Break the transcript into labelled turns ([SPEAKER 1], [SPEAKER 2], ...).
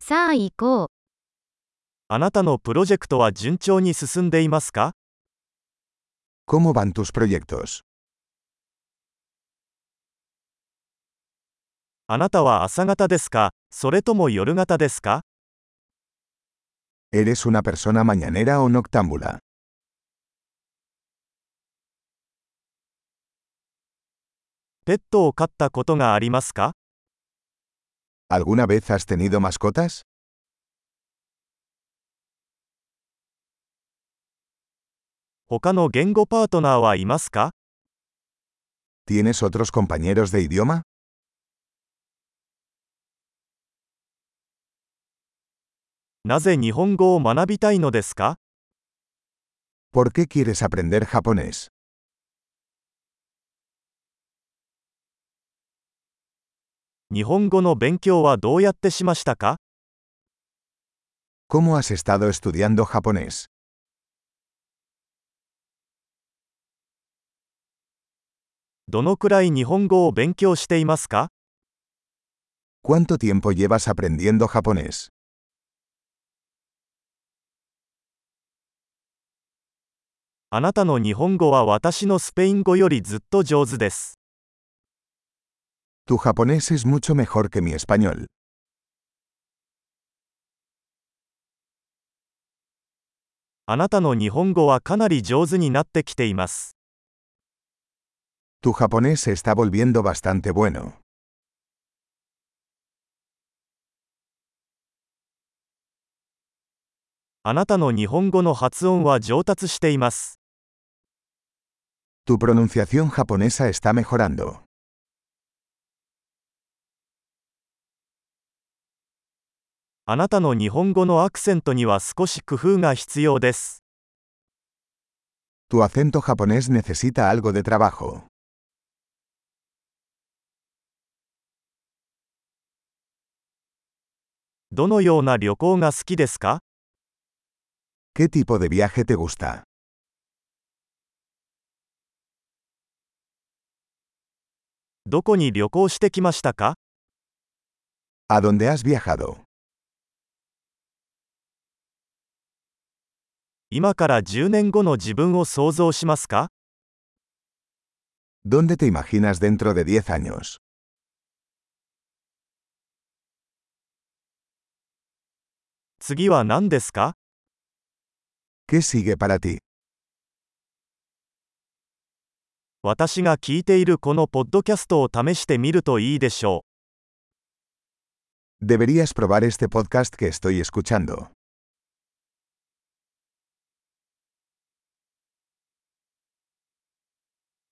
[SPEAKER 1] さあ行こう。
[SPEAKER 2] あなたのプロジェクトは順調に進んでいますか
[SPEAKER 3] ¿Cómo van tus proyectos?
[SPEAKER 2] あなたは朝方ですかそれとも夜型ですか
[SPEAKER 3] ¿Eres una persona mañanera o noctámbula?
[SPEAKER 2] ペットを飼ったことがありますか
[SPEAKER 3] ¿Alguna vez has tenido mascotas?
[SPEAKER 2] 他の言語パートナーはいますか
[SPEAKER 3] ¿Tienes otros compañeros de idioma?
[SPEAKER 2] なぜ日本語を学びたいのですか
[SPEAKER 3] ¿Por qué quieres aprender japonés?
[SPEAKER 2] 日本語の勉強はどうやってしましたか
[SPEAKER 3] ¿Cómo has estado estudiando japonés?
[SPEAKER 2] どのくらい日本語を勉強していますか
[SPEAKER 3] ¿Cuánto tiempo llevas aprendiendo japonés?
[SPEAKER 2] あなたの日本語は私のスペイン語よりずっと上手です。
[SPEAKER 3] Tu japonés es mucho mejor que mi español.
[SPEAKER 2] あなたの日本語はかなり上手になってきています。
[SPEAKER 3] Tu japonés se está volviendo bastante bueno.
[SPEAKER 2] あなたの日本語の発音は上達しています。
[SPEAKER 3] Tu pronunciación japonesa está mejorando.
[SPEAKER 2] あなたの日本語のアクセントには少し工夫が必要です。
[SPEAKER 3] Tu acento japonés necesita algo de trabajo.
[SPEAKER 2] どのような旅行が好きですか
[SPEAKER 3] ¿Qué tipo de viaje te gusta?
[SPEAKER 2] どこに旅行してきましたか
[SPEAKER 3] ¿A dónde has viajado?
[SPEAKER 2] 今から10年後の自分を想像しますか
[SPEAKER 3] ¿Dónde te imaginas dentro de 10 años?
[SPEAKER 2] 次は何ですか
[SPEAKER 3] ¿Qué sigue para ti?
[SPEAKER 2] 私が聞いているこのポッドキャストを試してみるといいでしょう。
[SPEAKER 3] Deberías probar este podcast que estoy escuchando.